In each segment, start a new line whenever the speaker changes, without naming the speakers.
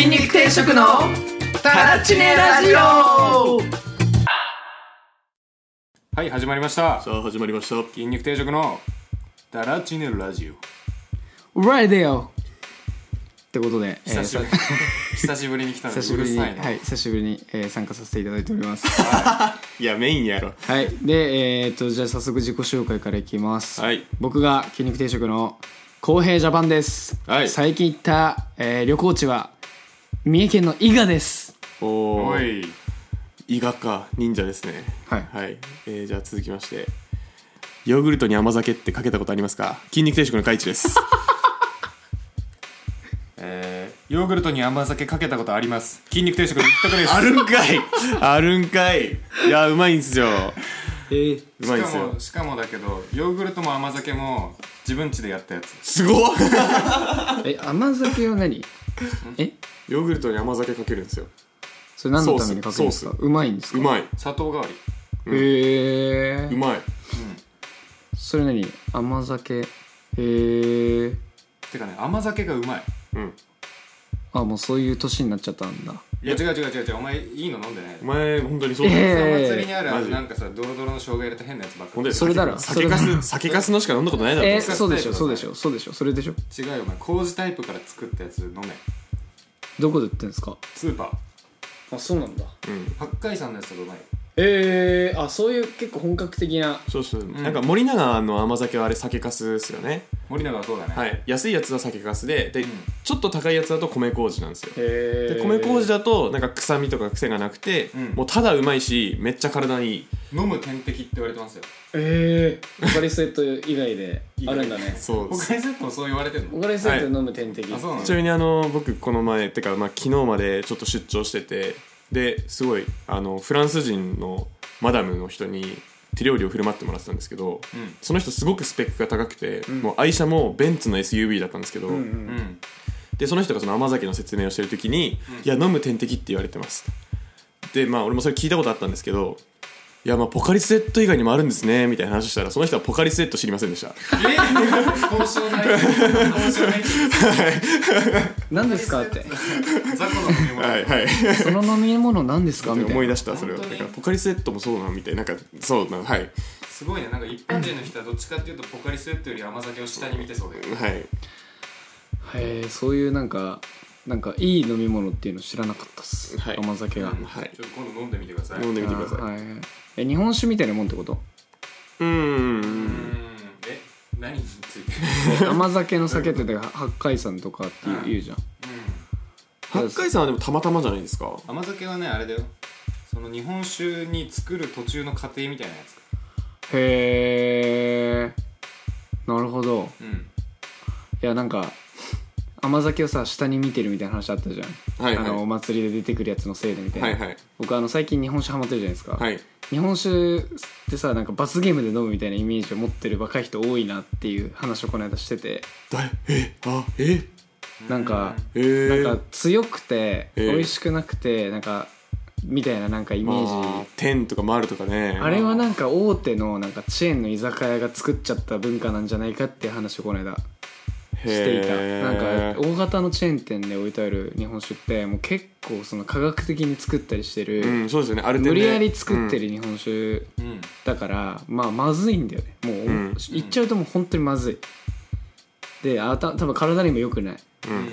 食のタラチネラジオ
はい始まりました
さあ始まりました
筋肉定食のダラチネラジオ
Right there! ってことで、えー
久しぶり 久しぶりに来たので
久し
う
ぶ
る
りに、
さいな、
はい、久しぶりに、えー参加させていただいております。
いやメインやろ
はい、で、えー、っと、じゃあ早速自己紹介からいきます。
はい
僕が筋肉定食の公平ジャパンです。
はい
最近行った、えー旅行地は、三重県の伊賀です。
お
お
お
い
伊賀か忍者ですね
はい
はい、えー、じゃあ続きましてヨーグルトに甘酒ってかけたことありますか筋肉定食のカイチです
えーヨーグルトに甘酒かけたことあります筋肉定食の一択です
あるんかいあるんかいいやうまいんすよ
えー、
うまいん
し
す
か
よ
もしかもだけどヨーグルトも甘酒も自分家でやったやつ
すごっ
え、甘酒は何え
ヨーグルトに甘酒かけるんですよ
それ何のためにかけるんです
ソース
か
ソー
うまいんですか
うまい
砂糖代わり
へえ
うまい
それ何甘酒へえ
てかね甘酒がうまい
うん
あもうそういう年になっちゃったんだ
いや違う違う違う違うお前いいの飲んでない
お前本当にそうだ、
えー
お祭りにあるあ
マ
の
ジ
なんかさドロドロの生姜入れた変なやつばっか
ほんで
それだろ
酒かす酒かすのしか飲んだことないだろ
えー、
僕
そうでしょそうでしょそうでしょそれでしょ
違うよお前麹タイプから作ったやつ飲め
どこで売ってんですか
スーパー
あそうなんだ
うん
八海山のやつとかうまいよ
ええあそういう結構本格的な
そうそう、なんか森永の甘酒はあれ酒かすですよね
森永はそうだね、
はい安いやつは酒かすでで、
ん
ちょっと高いやつだと米麹なんですよ
え
で米麹だとなんか臭みとか癖がなくて、
うん
もうただうまいしめっちゃ体にいい
飲む点滴って言われてますよ
ええー、オカリスエット以外であるんだね
そう
ポカリスエットもそう言われてんの
オカリスエットで飲む点滴、
あそうなの
ちなみにあの僕この前てかまあ昨日までちょっと出張しててですごいあのフランス人のマダムの人に手料理を振る舞ってもらってたんですけど、
ん
その人すごくスペックが高くて、もう愛車もベンツの SUV だったんですけど、
うん
うん
でその人がその甘酒の説明をしてる時に「いや飲む点滴って言われてます」でまあ俺もそれ聞いたことあったんですけど「いやまあポカリスエット以外にもあるんですね」みたいな話をしたらその人はポカリスエット知りません でした
えー、交渉ない交渉ない
何ですかって
雑魚の飲み物、
はいはい
その飲み物何ですかみた い
思い
な
出したそれは
本当
だ
に
からポカリスエットもそうなんみたいななんかそうなんはい
すごいねなんか一般人の人はどっちかっていうとポカリスエットより甘酒を下に見てそうだよ
はい
へえそういうなんかなんかいい飲み物っていうの知らなかったっす、
はい
甘酒が、
はい
ちょっと今度飲んでみてください
飲んでみてくだ
あ
さい
ーはいはいえ日本酒みたいなもんってこと
う
うー
ん
んえ何について
甘酒の酒ってだから八海山とかっていう,、言うじゃん
うん
八海山はでもたまたまじゃないですか
甘酒はねあれだよその日本酒に作る途中の過程みたいなやつ
へえなるほど
うん
いやなんか甘酒をさ下に見てるみたいな話あったじゃん、
はい
あのお
は
祭りで出てくるやつのせいでみた
い
いな、
はいはい
僕あの最近日本酒ハマってるじゃないですか、
はい
日本酒ってさなんか罰ゲームで飲むみたいなイメージを持ってる若い人多いなっていう話をこの間してて
だいえあえ
なんか、
えー、
なんか強くて
えー
美味しくなくてなんかみたいななんかイメ
ま
ー
あ
ジ、
天とか丸とかね
あれはなんか大手のなんかチェーンの居酒屋が作っちゃった文化なんじゃないかっていう話をこの間していた
へー
なんか大型のチェーン店で置いてある日本酒ってもう結構その科学的に作ったりしてる、
うんそうですよねある程
無
度ね
理やり作ってる日本酒
うん
だから、まあまずいんだよねもう、
うん
言っちゃうともう本当にまずいであた多分体にも良くない
うん
うん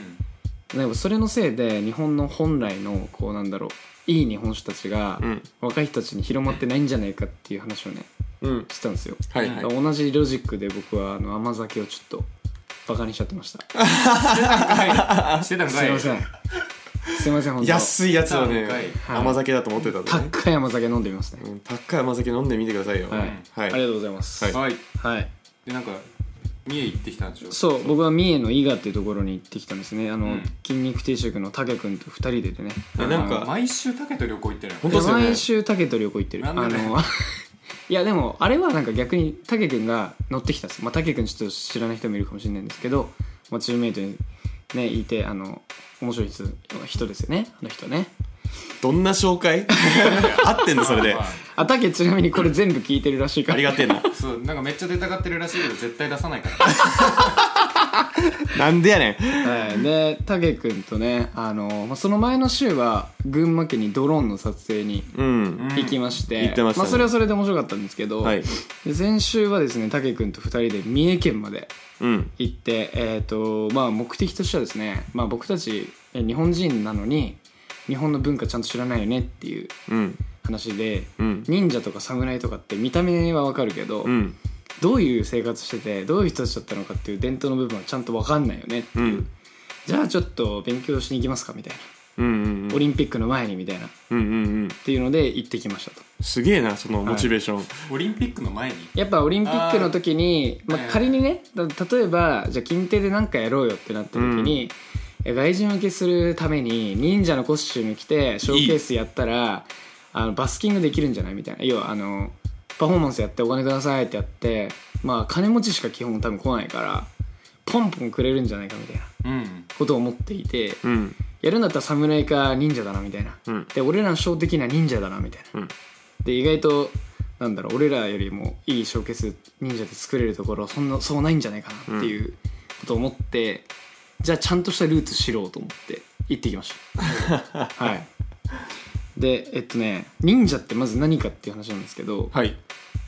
でもそれのせいで日本の本来のこうなんだろういい日本酒たちが
うん
若い人たちに広まってないんじゃないかっていう話をね
うん、うん、
してたんですよ、
はいはい
同じロジックで僕はあの甘酒をちょっとバカにしちゃってました
してたんか
すい
い
ませんすいません本当
安いやつはね
はい
甘酒だと思ってたんだね
高い甘酒飲んでみますね、
うん高い甘酒飲んでみてくださいよ
はい、ありがとうございます
はい
はい
はい
でなんか三重行ってきたんでしょ
そう僕は三重の伊賀っていうところに行ってきたんですねあの、
うん
筋肉定食の武くんと二人ででね
えなんか
毎週タケと旅行行ってるの
本当っすよね
毎週武と旅行行ってる、
なん
あ
でだよ
の いやでもあれはなんか逆に武くんが乗ってきたんですまあ、武くんちょっと知らない人もいるかもしれないんですけど、まあ、チームメイトにねいてあの面白い人人ですよねあの人ね
どんな紹介 合ってんのそれで
まあま
あ武ちなみにこれ全部聞いてるらしいか
あ
ら
りがてえな
あそうなんかめっちゃ出たがってるらしいけど絶対出さないから
なんでやねん
はい、で武君とねあの、まあ、その前の週は群馬県にドローンの撮影に
うん
行きまして,、
行ってましたね
あ、それはそれで面白かったんですけど、
はい
で先週はですね武君と2人で三重県まで
うん
行って、えーとまあ、目的としてはですね、まあ、僕たちえ日本人なのに日本の文化ちゃんと知らないよねっていう
うん
話で、
うん
忍者とか侍とかって見た目はわかるけど、
うん
どういう生活しててどういう人たちだったのかっていう伝統の部分はちゃんとわかんないよねっていう、
うん
じゃあちょっと勉強しに行きますかみたいな、
うんうん
オリンピックの前にみたいなっ
うんうんうん
ていうので行ってきましたと
すげえなそのモチベーション、
オリンピックの前に
やっぱオリンピックの時に
あー
まあ、仮にねだ例えばじゃあ近帝で何かやろうよってなった時に、え外人受けするために忍者のコスチューム着てショーケースやったらあのバスキングできるんじゃないみたいな要はあのパフォーマンスやってお金くださいってやってまあ金持ちしか基本多分来ないからポンポンくれるんじゃないかみたいな
うん
ことを思っていて
うん
やるんだったら侍か忍者だなみたいな、
うん
で俺らの小的な忍者だなみたいな、
うん
で意外となんだろう俺らよりもいいショーケース忍者で作れるところそんなそうないんじゃないかなっていうことを思って、じゃあちゃんとしたルーツ知ろうと思って行ってきましたはいでえっとね忍者ってまず何かっていう話なんですけど、
はい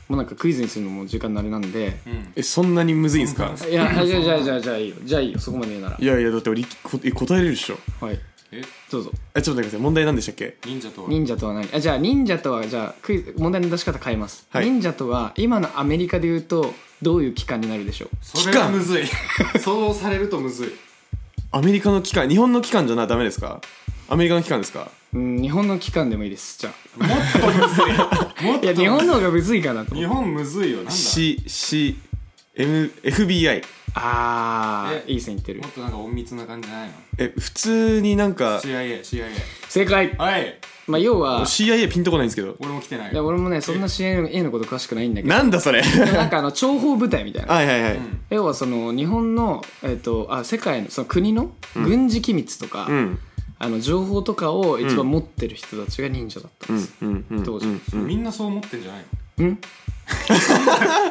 もうなんかクイズにするのも時間のあれなんで
うん
えそんなにむずいんす
そ
か
んない
やあじゃあじゃあじゃあじゃあいいよじゃあいいよそこまで言うなら
いやいやだって俺こえ答えれるっしょ
はい
え
どうぞ
えちょっと待ってください問題なんでしたっけ
忍者とは
忍者とは何あじゃあ忍者とはじゃあクイズ問題の出し方変えます、
はい
忍者とは今のアメリカで言うとどういう機関になるでしょう
それはむ ずいそうされるとむずい
アメリカの機関日本の機関じゃなダメですかアメリカの機関ですか
うん日本の機関でもいいですじゃ
もっとむずいもっ
あいや
と
日本の方がむずいかなと
日
思って
本むずいよなんだ
CCMFBI
ああ
え
いい線いってる
もっとなんか隠密な感じじゃないの
え普通になんか
CIA CIA
正解、
はい
まあ、要は
CIA ピンとこないんですけど
俺も来てない
いや俺もねそんな CNA のこと詳しくないんだけど
なんだそれ
なんかあの諜報部隊みたいな
はいはいはい、
うん
要はその日本の、えっとあ世界のその国の軍事機密とか、
うん
あの情報とかを一番持ってる人たちが忍者だった
うん
で
ん
す、
うんうん
当時
うん
みんなそう思ってんじゃないの
うん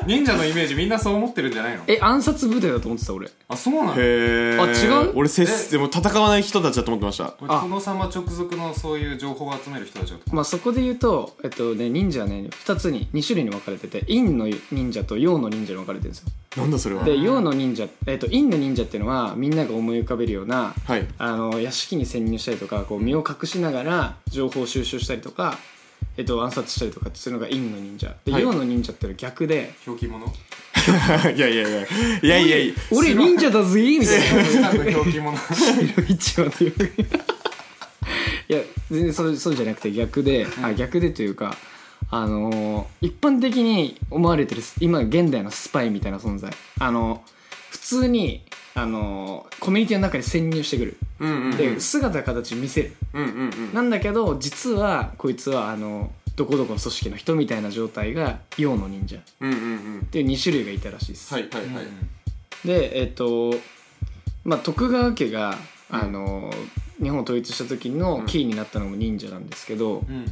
忍者のイメージみんなそう思ってるんじゃないの
え暗殺部隊だと思ってた俺
あそうなの
へえ
あ違う
俺せっ
え
でも戦わない人たちだと思ってました
俺殿様直属のそういう情報を集める人たちだと
まあそこで言うと、えっとね、忍者はね2つに2種類に分かれてて陰の忍者と陽の忍者に分かれてるんですよ
なんだそれは
で陽の忍者、えっと、陰の忍者っていうのはみんなが思い浮かべるような
はい
あの屋敷に潜入したりとかこう身を隠しながら情報収集したりとか、えっと、暗殺したりとかっていうのが陰の忍者で
はい
陽の忍者っていうのは逆で
表記 者
いやいやいやいやいやいや
「俺
すごい
忍者だぜ!」みたいな
なんか表記者
一応ねいや全然そうそうじゃなくて逆で、あ逆でというかあのー一般的に思われてる今現代のスパイみたいな存在あの普通にあのーコミュニティの中に潜入してくる
うんうんうん
で、姿形見せる
うんうんうん
なんだけど実はこいつはあのどこどこの組織の人みたいな状態が陽の忍者っ
うんうんうん
ていう2種類がいたらしいです、
はいはいはい
でえっ、とまあ徳川家が、あの日本を統一した時のキーになったのも忍者なんですけど、
うん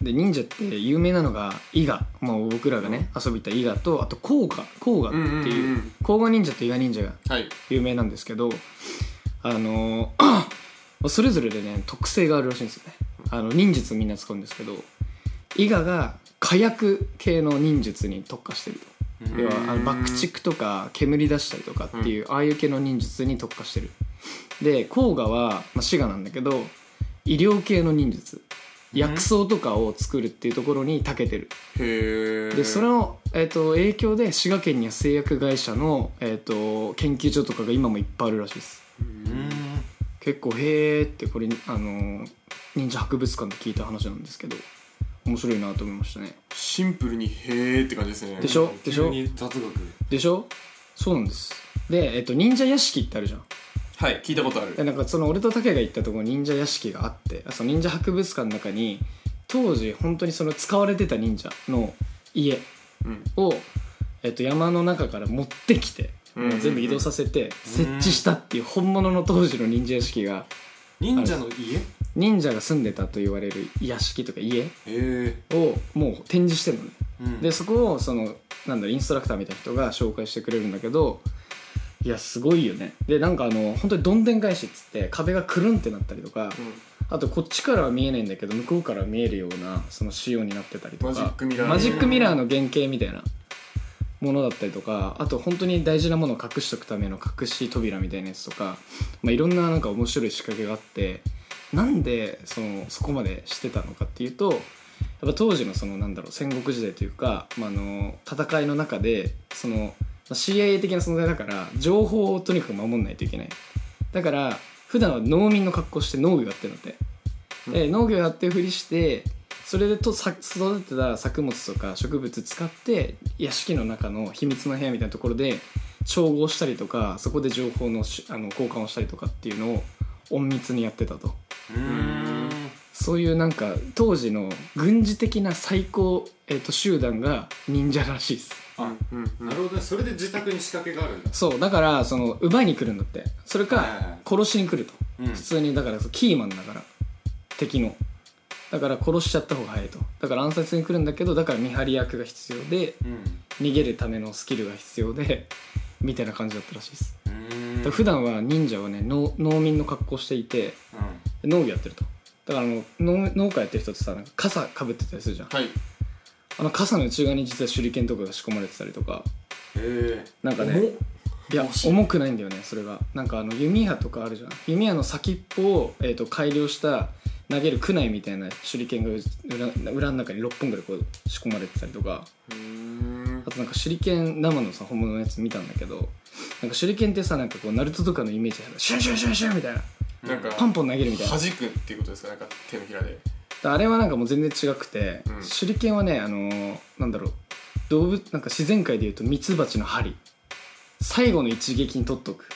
で忍者って有名なのが伊賀、まあ、僕らがね、遊び行った伊賀とあと甲賀甲賀っていう,、
うんうんうん
甲賀忍者と伊賀忍者が
はい
有名なんですけどあの それぞれでね特性があるらしいんですよねあの忍術みんな使うんですけど伊賀が火薬系の忍術に特化してると。
うん
要はあ
う
の
ん
爆竹とか煙出したりとかっていう、ああいう系の忍術に特化してるで甲賀は、まあ、滋賀なんだけど医療系の忍術
うん
薬草とかを作るっていうところに長けてる、
へえ
でそれの、えー、と影響で滋賀県には製薬会社の、えー、と研究所とかが今もいっぱいあるらしいです
うん
結構へえってこれあの忍者博物館で聞いた話なんですけど面白いなと思いましたね
シンプルにへーって感じですね
でしょでし
急
ょ
に雑学
でしょそうなんですで、えっと忍者屋敷ってあるじゃん
はい聞いたことある
でなんかその俺と竹が行ったところ忍者屋敷があってその忍者博物館の中に当時本当にその使われてた忍者の家
うん
を、えっと、山の中から持ってきて、
うんうんうん
全部移動させて設置したっていう本物の当時の忍者屋敷が
忍者の家へ
忍者が住んでたと言われる屋敷とか家
え
をもう展示してるのねでそこをそのなんだろうインストラクターみたいな人が紹介してくれるんだけどいいやすごいよねでなんかあの本当にどんでん返しっつって壁がくるんってなったりとか、あとこっちからは見えないんだけど向こうから見えるようなその仕様になってたりとか
マジックミラーの
マジックミラーの原型みたいなものだったりとかあと本当に大事なものを隠しとくための隠し扉みたいなやつとか、まあ、いろんななんか面白い仕掛けがあってなんでそのそこまでしてたのかっていうとやっぱ当時のそのなんだろう戦国時代というか、まあ、あの戦いの中でそのまあ CIA 的な存在だから情報をとにかく守んないといけないだから普段は農民の格好して農業やってるのって、で農業やってるふりしてそれでとさ育てた作物とか植物使って屋敷の中の秘密の部屋みたいなところで調合したりとかそこで情報のしあの交換をしたりとかっていうのを隠密にやってたと
うーん
そういうなんか当時の軍事的な最高、えっと集団が忍者らしいです
あ
うん
なるほどねそれで自宅に仕掛けがあるんだ
そうだからその奪いに来るんだってそれか
はいはいはい
殺しに来ると、
うん
普通にだからそうキーマンだから敵のだから殺しちゃった方が早いとだから暗殺に来るんだけどだから見張り役が必要で
うん
逃げるためのスキルが必要でみたいな感じだったらしいです、
うーん
だから普段は忍者はね農農民の格好していて農業やってるとだからあの農農家やってる人ってさなんか傘かぶってたりするじゃん
はい
あの傘の内側に実は手裏剣とかが仕込まれてたりとか
うんへえ
なんかね
重っ
いや
面白い
重くないんだよねそれがなんかあの弓矢とかあるじゃん弓矢の先っぽを、えー、と改良した投げる区内みたいな手裏剣がう裏裏の中に6本ぐらいこう仕込まれてたりとか
うーん
あとなんか手裏剣生のさ本物のやつ見たんだけどなんか手裏剣ってさなんかこうナルトとかのイメージあるシュンシュンシュンシュンみたいな
なんか
パンポン投げるみたいな
弾くっていうことですかなんか手のひらで
あれはなんかもう全然違くて、
うん
手裏剣はねあのーなんだろう動物なんか自然界でいうとミツバチの針最後の一撃に取っとく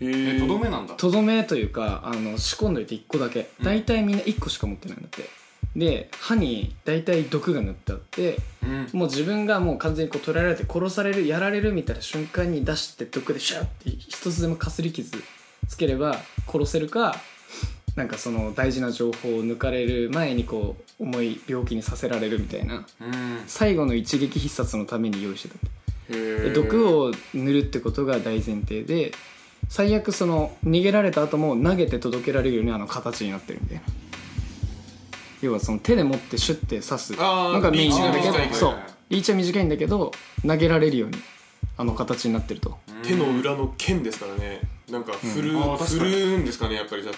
へ
え
え
とどめなんだ
とどめというかあの仕込んどいて1個だけ
うん
大体みんな1個しか持ってないんだってで歯に大体毒が塗ってあって
うん
もう自分がもう完全にこう捕らえられて殺されるやられるみたいな瞬間に出して毒でシャーって一つでもかすり傷つければ殺せるかなんかその大事な情報を抜かれる前にこう重い病気にさせられるみたいな
うん
最後の一撃必殺のために用意してたんだ
へ
で
え
毒を塗るってことが大前提で最悪その逃げられた後も投げて届けられるようにあの形になってるみたいな要はその手で持ってシュッて刺す
あー
のがメインなんだけ
リーチが短い
ど
から
そうリーチは短いんだけど投げられるようにあの形になってると
手の裏の剣ですからねなんか振る,、
うんあー確
振
かに
るんですかねやっぱりじゃあ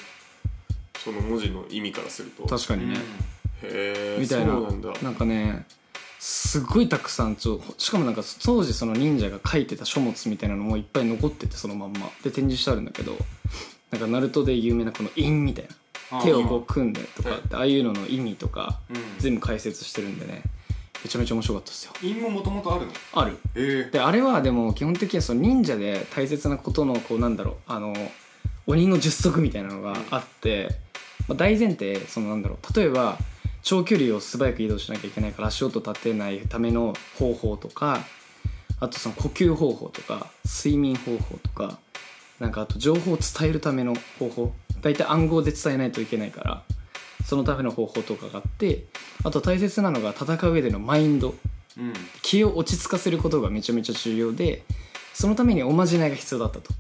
その文字の意味からすると
確かにね、
へえ
みたいな
そうなんだ
なんかねすごいたくさんちょしかもなんか当時その忍者が書いてた書物みたいなのもいっぱい残っててそのまんまで展示してあるんだけどなんかナルトで有名なこの「印」みたいな手をこう組んでとかってああいうのの意味とか
ううん
全部解説してるんでねめちゃめちゃ面白かったですよ
陰ももともとあるの
ある
え
であれはでも基本的にはその忍者で大切なことのこうなんだろうあの鬼の術足みたいなのがあって、まあ、大前提そのなんだろう例えば長距離を素早く移動しなきゃいけないから足音立てないための方法とかあとその呼吸方法とか睡眠方法とかなんかあと情報を伝えるための方法大体暗号で伝えないといけないからそのための方法とかがあってあと大切なのが戦う上でのマインド
うん
気を落ち着かせることがめちゃめちゃ重要でそのためにおまじないが必要だったと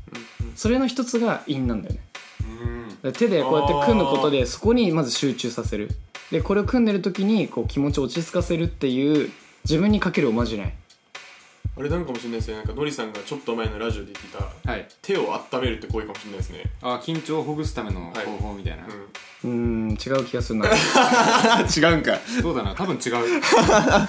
それの一つが陰なんだよね
うん
だから手でこうやって組むことでそこにまず集中させるでこれを組んでる時にこう気持ちを落ち着かせるっていう自分にかけるおまじない
あれなのかもしれないですねなんかのりさんがちょっと前のラジオで聞いた
はい
手を温めるって行為かもしれないですね
あ緊張をほぐすための方法みたいな、
う
うーん違う気がするな
ん違うんか
そうだな多分違う、
なんか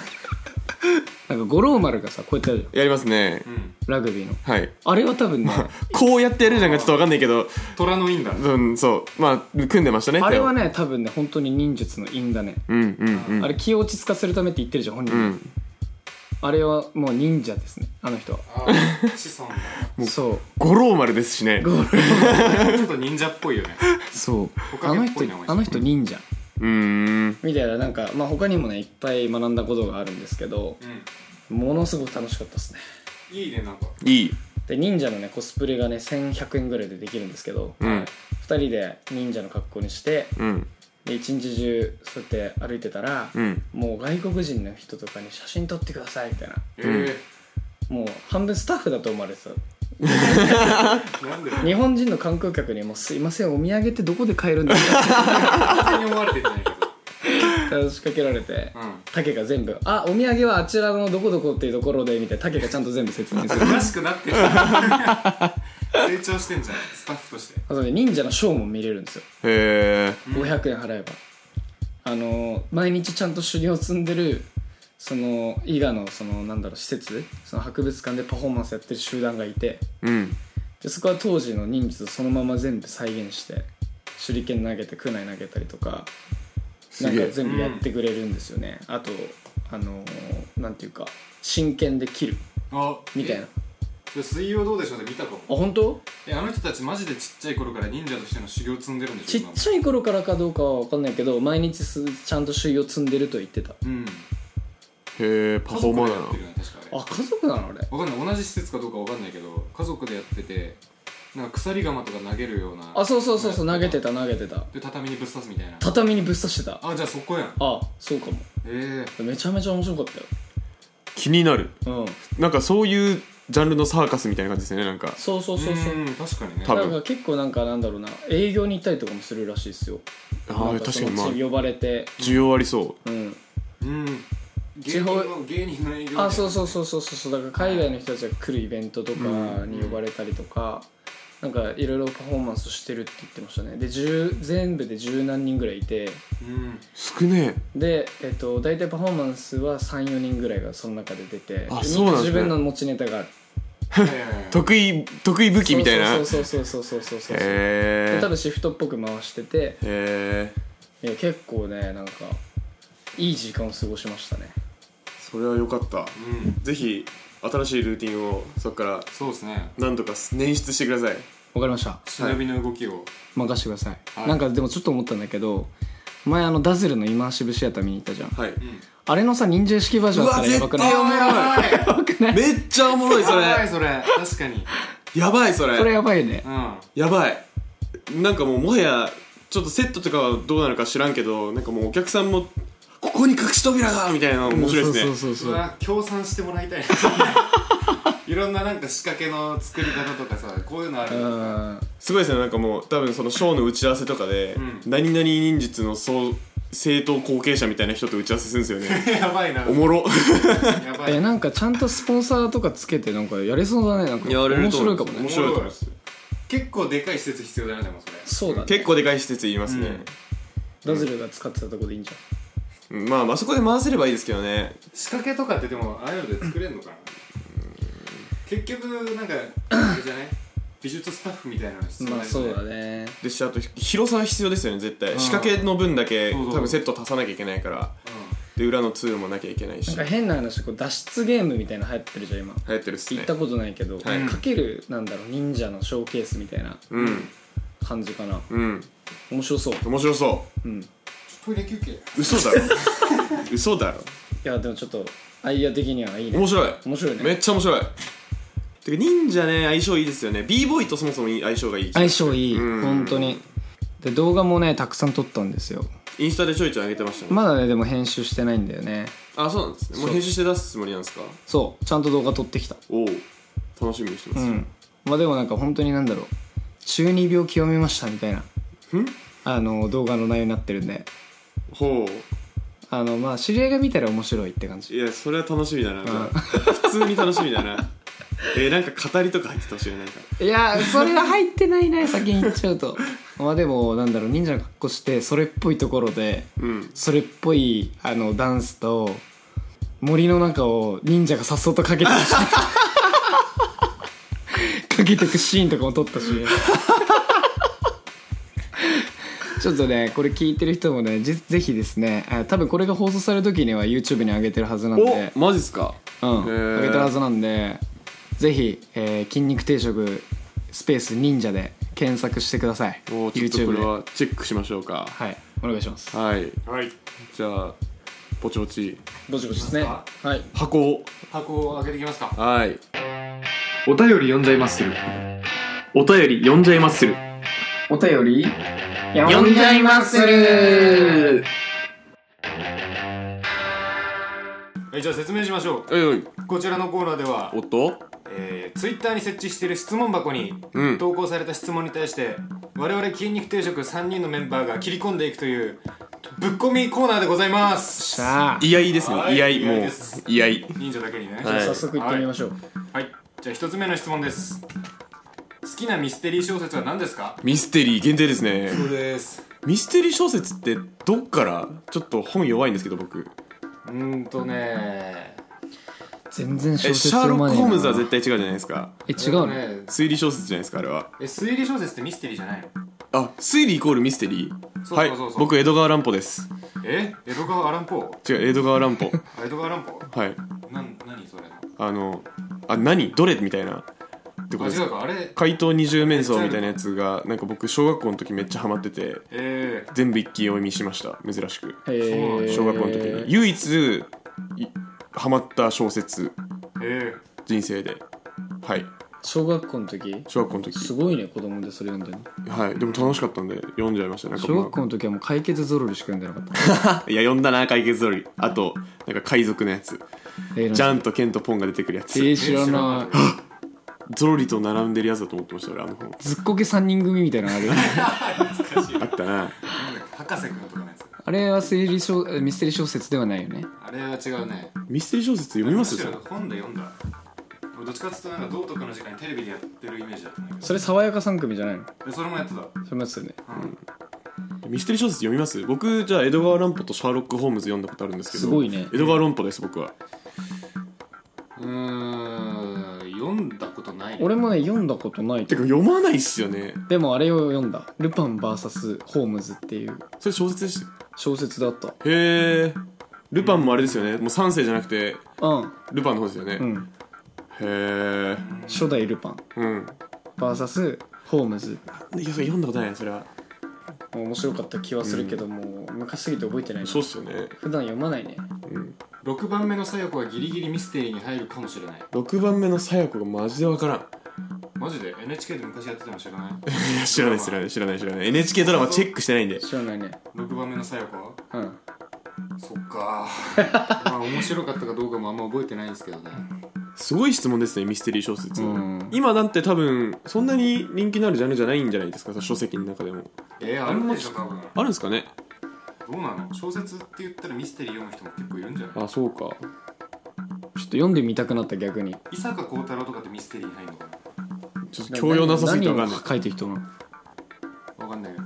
五郎丸がさこうやってやるじゃん
やりますね
うん、
ラグビーの
はい
あれは 多分ね
こうやってやるじゃんかちょっとわかんないけど
虎の印だ
うんそうまあ組んでましたね
あれは
ね
ね多分ね本当に忍術の陰だね
うんうんうん
あれ気を落ち着かせるためって言ってるじゃん本人、
うん
あれはもう忍者ですねあの人は
あー子孫だ
そう
五郎丸ですしね
五郎
ちょっと忍者っぽいよね
そう
木
あの
陰っぽ
人
いなお前
あの人忍者
うーん
みたいななんか、まあ、他にもねいっぱい学んだことがあるんですけど
う
ものすごく楽しかったですね
んいいねなんか
いい
で忍者のねコスプレがね1100円ぐらいでできるんですけど、
う
二
ん
2人で忍者の格好にして
うん
で一日中そうやって歩いてたら、
うん
もう外国人の人とかに写真撮ってくださいみたいな
え
もう半分スタッフだと思われてた
なんで
日本人の観光客にも「すいませんお土産ってどこで買えるんですか?」
完全に思われてるじゃないけど
話しかけられて
うん
竹が全部「あお土産はあちらのどこどこっていうところで」みたいな竹がちゃんと全部説明する
おかしくなってる成長してんじゃんスタッフとして
あとね忍者のショーも見れるんですよ
へえ
うん
500円払えばあの毎日ちゃんと修行積んでるその伊賀のそのなんだろう施設その博物館でパフォーマンスやってる集団がいて
うん
でそこは当時の忍術をそのまま全部再現して手裏剣投げてkunai投げたりとか
す
なん
げ
か
え
全部やってくれるんですよね、あとあのーなんていうか真剣で切る
あ
みたいなあ
え水曜どうでしょうで見たかも
本当
えあの人たちマジでちっちゃい頃から忍者としての修行積んでるんでし
ち
ょ
っちゃい頃からかどうかは分かんないけど毎日すちゃんと修行積んでると言ってた
うん
へえパフォーマーだ
家族でやってるよね確かあれ
あ家族なのあれ
わかんない同じ施設かどうかわかんないけど家族でやっててなんか鎖釜とか投げるような
あそうそうそうそう投げてた投げてた
で畳にぶっ刺すみたいな
畳にぶっ刺してた
あじゃあそこやん
あそうかも
ええ
めちゃめちゃ面白かっ
な
た
気になる
ようん
なんかそういうジャンルのサーカスみたいな感じですよねなんか
そうそうそうそう
うん確かにね
多分
なんか結構なんかなんだろうな営業に行ったりとかもするらしいですよ
あ
な
あ
んか
確
そ
か
の
にまあ
呼ばれて
需要ありそ
うん
うん
地
芸人
方
の芸人の営業みたいな
あそうそうそうそうそうそうだから海外の人たちが来るイベントとかに呼ばれたりとか、なんかいろいろパフォーマンスしてるって言ってましたねで10全部で十何人ぐらいいて
うん
う少ね
で、えっと、大体パフォーマンスは34人ぐらいがその中で出て
あ
で
そうなんですね
み自分の持ちネタがある
はいはいはいは
え
い
得意得意武器みたいな
そう
へ
そうそうそうそうそうそうそうで
え
多分シフトっぽく回してて
へえ
いや結構ねなんかいい時間を過ごしましたね
それは良かった
うん
ぜひ新しいルーティンをそこから
そうですね
なんとか捻出してください
わかりました
忍びの動きを
任してください、
はい
なんかでもちょっと思ったんだけど前あのダズルのイマーシブシアター見に行ったじゃん
はい
うん
あれのさ忍者式バージョンあったらやばくない
やうわばい
やばい
やばくない
めっちゃおもろいそ
やばい
れ
それ確かに
やばいそれ
これやばいね
うん
やばいなんかもうもはやちょっとセットとかはどうなるか知らんけどなんかもうお客さんもここに隠し扉がみたいなの面白いですね
そうそうそう
う
そう
わ協賛してもらい たいいろんななんか仕掛けの作り方とかさこういうのある
う
よ
ん
すごいですねなんかもう多分そのショーの打ち合わせとかで、
ん
何々忍術のそう正当後継者みたいな人と打ち合わせするんですよね
やばいな
おもろ
やば
え
い
なんかちゃんとスポンサーとかつけてなんかやれそうだねなんか面白いかも
面
ね
白いと思います
結構でかい施設必要だなでもそれ
そうだね
結構でかい施設言いますね、
ダズルが使ってたとこでいいんじゃ
うんまああそこで回せればいいですけどね
仕掛けとかってでもああいうので作れんのかな結局なんかあれじゃない美術スタッフみたいなの必
ん
要
まあ
だよ
そう
ね
だね
ですしあと広さは必要ですよね絶
う
対
ん
仕掛けの分だけ
そうそう、
多分セット足さなきゃいけないからで裏の通路もなきゃいけない
なん
し
か
流
変な話こう脱出ゲームみたいなの流行ってるじゃん今
行ってるっす
行
ね
ったことないけど、
はい
かけるなんだろう忍者のショーケースみたいな
うん
感じかな
うん
面白そう
面白そ
うんいう
うん、トイレ休憩
う嘘だろ 嘘だろ
やでもちょっとアイデア的にはいいね
面白い
面白い
め
ね
っちゃ面白いてか忍者ね相性いいですよね b ボーイとそもそもいい相性がいい
相性いい
うん
本当にで動画もねたくさん撮ったんですよ
インスタでちょいちょい上げてましたね、
まだねでも編集してないんだよね
あそうなんですねもう
そう
編集して出すつもりなんですか
そうちゃんと動画撮ってきた
おお楽しみにしてま
う
す、
んまあでもなんか本当になんだろう中二病極めましたみたいなんあの動画の内容になってるんで
ほ
あのまあ知り合いが見たら面白いって感
う
じ
いやそれは楽しみだな、
ん
じゃあ普通に楽しみだ なえー、なんか語りとか入ってたしいねなんか
いやそれは入ってないね先に言っちゃ うとまあでもなんだろう忍者の格好してそれっぽいところで
うん
それっぽいあのダンスと森の中を忍者がさっそとかけて くかけてくシーンとかも撮っ たしちょっとねこれ聞いてる人もねぜぜひですねあ多分これが放送される時には YouTube に上げてるはずなんで
おマジっすか
うん
へー
上げてるはずなんでぜひ、えー筋肉定食スペース忍者」で検索してください
おーちょっとこ
YouTube
れ
では
はチェックしましょうか
いお願いします
はい
はい
じゃあぼちぼち
ぼちぼちですね
いきま
はい
箱を
箱を開けていきますか
はい
お便り読んじゃいまする
お便り読んじゃいまする
お便り
読んじゃいまする
はいじゃあ説明しましょ
おいおいう
こちらのコーナーでは
おっと
えー、ツイッターに設置している質問箱に、
うん
投稿された質問に対して我々筋肉定食3人のメンバーが切り込んでいくというぶっ込みコーナーでございます
さあ
居合ですね
はい
居合も
居合
う
です
居合
忍者だけにね
はい
早速行ってみましょう、
はい、じゃあ一つ目の質問です好きなミステリー小説は何ですか
ミステリー限定ですね
そうです
ミステリー小説ってどっからちょっと本弱いんですけど僕
うーんとね
全然小
え
説
シャーロック・ホームズは絶
対
対違うじゃないですか
え違うの、
ね
推理小説じゃないですかあれは
え推理小説ってミステリーじゃないの
あ推理イコールミステリー
そうそうそう
はい
そう
僕江戸川乱歩です
え江戸川アランポー
違う江戸川乱 歩
あ江戸川乱歩
はい
なん何それの
あのあ何どれみたいなってこと
あ
です
違う
か
かあれ
怪盗二十面相みたいなやつがなんか僕小学校の時めっちゃハマってて
え
全部一気読みしました珍しく
えー
小学校の時に唯一いハマった小説
ー、え
人生ではい
小学校の時
小学校の時
すごいね子供でそれ読んでるの
はいでも楽しかったんで読んじゃいましたなんか
小
まあ
学校の時はもう解決ゾロリしか読んでなかった
いや読んだな解決通りあとなんか海賊のやつ
えー
ジャンとケンとポンが出てくるやつ
えー
ー、
知らない
えー
ゾロリと並んでるやつだと思ってました俺あの本
ずっこけ3人組みたいなのある
あったな
なんだっけ博士くんとかのやつ
あれは推理小ミステリー小説ではないよね
あれは違うね
ミステリー小説読みます
むしろ
よ
本で読んだ俺どっちかっていうとなんか道徳の時間にテレビでやってるイメージだったんだけど
それ爽やか3組じゃないの
でそれもやってた
それもやつよね
ミステリー小説読みます僕じゃあ江戸川乱歩とシャーロック・ホームズ読んだことあるんですけど
すごいね
江戸川乱歩です僕は
うーん読んだことない
俺もね読んだことない
てか読まないっすよね
でもあれを読んだ「ルパン VS ホームズ」っていう
それ小説でした
小説だった
へえルパンもあれですよねもう3世じゃなくて
うん
ルパンの方ですよね、
う
へ
ん
え
初代ルパン
うん、
VS ホームズ
いや読んだことないそれは
面白かった気はするけど、もう昔すぎて覚えてないな
そうっすよね
普段読まないね
6番目の左翼はギリギリミステリーに入るかもしれない
6番目のさや子がマジでわからん
マジで NHK で昔やってたの知らない
いや知らない知らない知らない知らない NHK ドラマチェックしてないんで
知らないね
6番目の左翼は
うん
そっかまあ面白かったかどうかもあんま覚えてないんですけどね
すごい質問ですねミステリー小説、
うん
今なんて多分そんなに人気のあるジャンルじゃないんじゃないですか書籍の中でも
えー、あるでしょ多分
あるんですかね
どうなの小説って言ったらミステリー読む人も結構いるんじゃない
あそうか
ちょっと読んでみたくなった逆に
伊坂幸太郎とかってミステリーに入るのか
ちょっと教養なさすぎてわかん
何
な
を書いてる人なの
なわかんないけど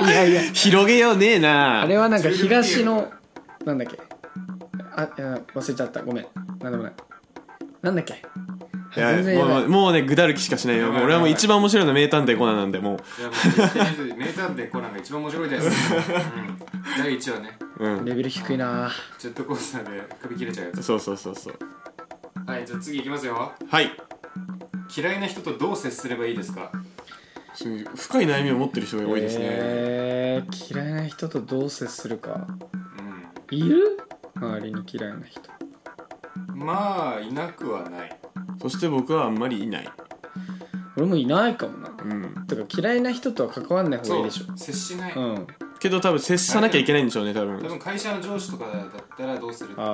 いやいや
い広げようねえな
あれはなんか
重力系や
東のなんだっけあいや忘れちゃったごめんなんでもないなんだっけ
いや
全然やばい
もうもうねぐだる気しかしないよ
やばい
もう俺はもう
やばい
一番面白いのは名探偵コナンなんでも
いやもうミステリーズ名探偵コナンが一番面白いです、うん、第1話ね
ううん
レベル低いな
ジェットコースターで首切れちゃうやつ
そうそうそうそう
はいじゃあ次いきますよ
はい
嫌いな人とどう接すればいいですか
すごい深い悩みを持ってる人が多いですね、
えー嫌いな人とどう接するか
うん
いる周りに嫌いな人
まあいなくはない
そして僕はあんまりいない
俺もいないかもな
うん
てか嫌いな人とは関わんない方がいいでしょ
接しない、
うん
けど多分接さなきゃいけないんでしょうね多
多
分
分会社の上司とかだったらどうするっていう
あ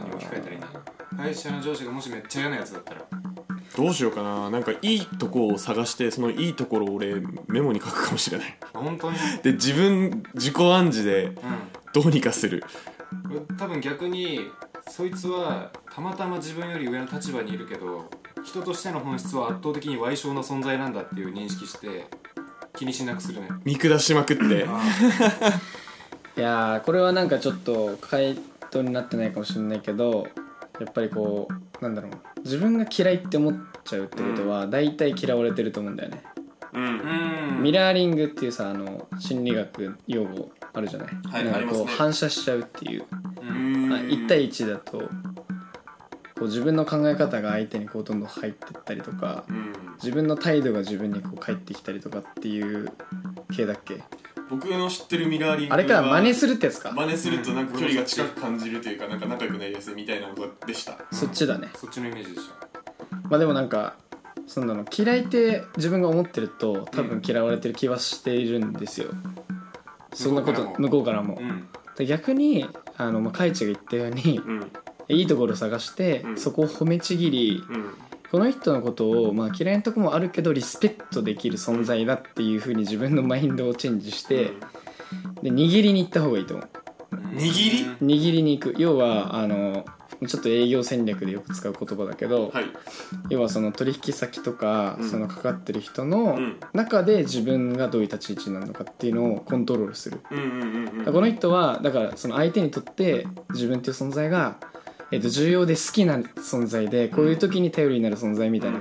のに置き換えたらいい
ー
な会社の上司がもしめっちゃ嫌なやつだったら
どうしようかななんかいいとこを探してそのいいところを俺メモに書くかもしれない
あ本当に
で自分自己暗示で
う
どうにかする
ん多分逆にそいつはたまたま自分より上の立場にいるけど人としての本質は圧倒的に矮小な存在なんだっていう認識して気にしなくするね
見下しまくって
いやーこれはなんかちょっと回答になってないかもしれないけどやっぱりこうなんだろう自分が嫌いって思っちゃうってことは大体嫌われてると思うんだよね、
う
うんん
ミラーリングっていうさあの心理学用語あるじゃない、
はい
なん
あり
か
ま
こ
す
う、
ね
反射しちゃうっていう
うん
あ1対1だとこう自分の考え方が相手にこうどんどん入ってったりとか
うん
自分の態度が自分にこう返ってきたりとかっていう系だっけ
僕の知ってるミラーリング
あれか真似するってやつか
真似す
るとなんか距離が近く
感じるというかなんか仲良くなりやすいみたいなことでした
そっちだね
そっちのイメージでしょ
まあでもなんかそんなの嫌いって自分が思ってると多分嫌われてる気はしているんですよ、そんなこと向
向
こうからも
うん
で逆にあの、まあ、カイチが言ったように
うん
いいところ探して、
うん
そこを褒めちぎり
うん
この人のことを、まあ、嫌いなとこもあるけどリスペクトできる存在だっていうふうに自分のマインドをチェンジしてで握りに行った方がいいと思う
り
うん
握りに行く要はあのちょっと営業戦略でよく使う言葉だけど、
はい
要はその取引先とか、
うん
そのかかってる人の
うん
中で自分がどういう立ち位置なのかっていうのをコントロールする、
うんうんうんうん
この人はだからその相手にとって自分っていう存在が、えっと重要で好きな存在でこういう時に頼りになる存在みたいな、